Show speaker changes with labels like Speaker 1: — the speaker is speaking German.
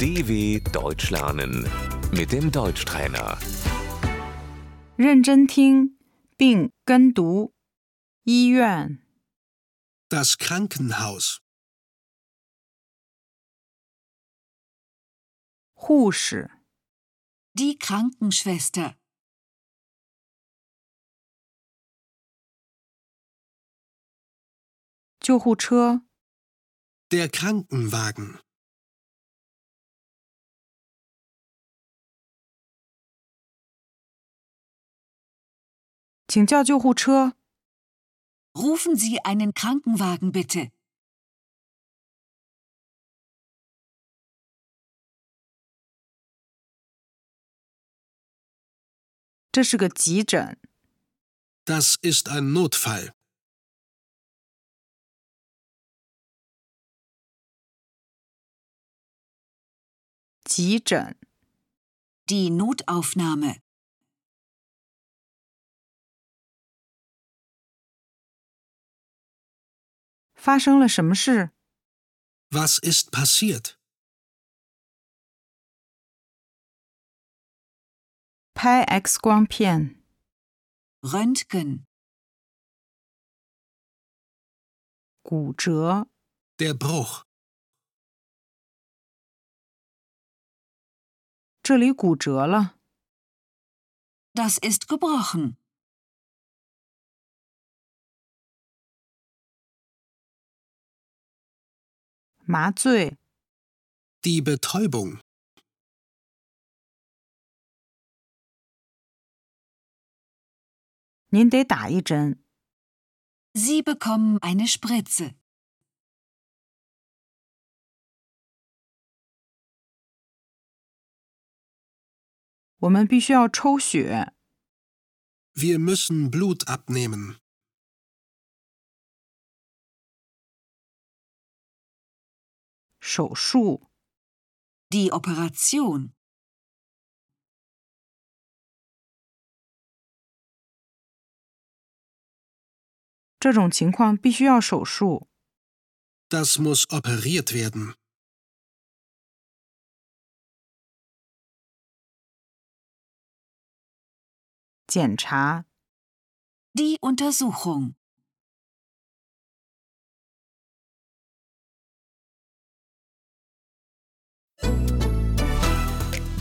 Speaker 1: DW Deutsch lernen mit dem Deutschtrainer.
Speaker 2: 认真听并跟读。医院、
Speaker 3: Das Krankenhaus.
Speaker 2: 护士、
Speaker 4: Die Krankenschwester.
Speaker 2: 救护车、
Speaker 3: Der Krankenwagen.
Speaker 2: 请叫救护车、
Speaker 4: Rufen Sie einen Krankenwagen bitte.
Speaker 2: 这是个急诊。
Speaker 3: Das ist ein Notfall.
Speaker 2: 急诊、
Speaker 4: Die Notaufnahme.
Speaker 2: 发生了什么事？
Speaker 3: Was ist passiert?
Speaker 2: 拍 X 光片、
Speaker 4: Röntgen.
Speaker 2: 骨折、
Speaker 3: Der Bruch.
Speaker 2: 这里骨折了。
Speaker 4: Das ist gebrochen.
Speaker 2: 麻醉、
Speaker 3: Die Betäubung.
Speaker 2: 您得打一针。
Speaker 4: Sie bekommen eine Spritze.
Speaker 2: “我们必须要抽血。
Speaker 3: Wir müssen Blut abnehmen.
Speaker 2: 手术、
Speaker 4: Die Operation.
Speaker 2: 这种情况必须要手术。
Speaker 3: Das muss operiert werden.
Speaker 2: 检查、
Speaker 4: Die Untersuchung.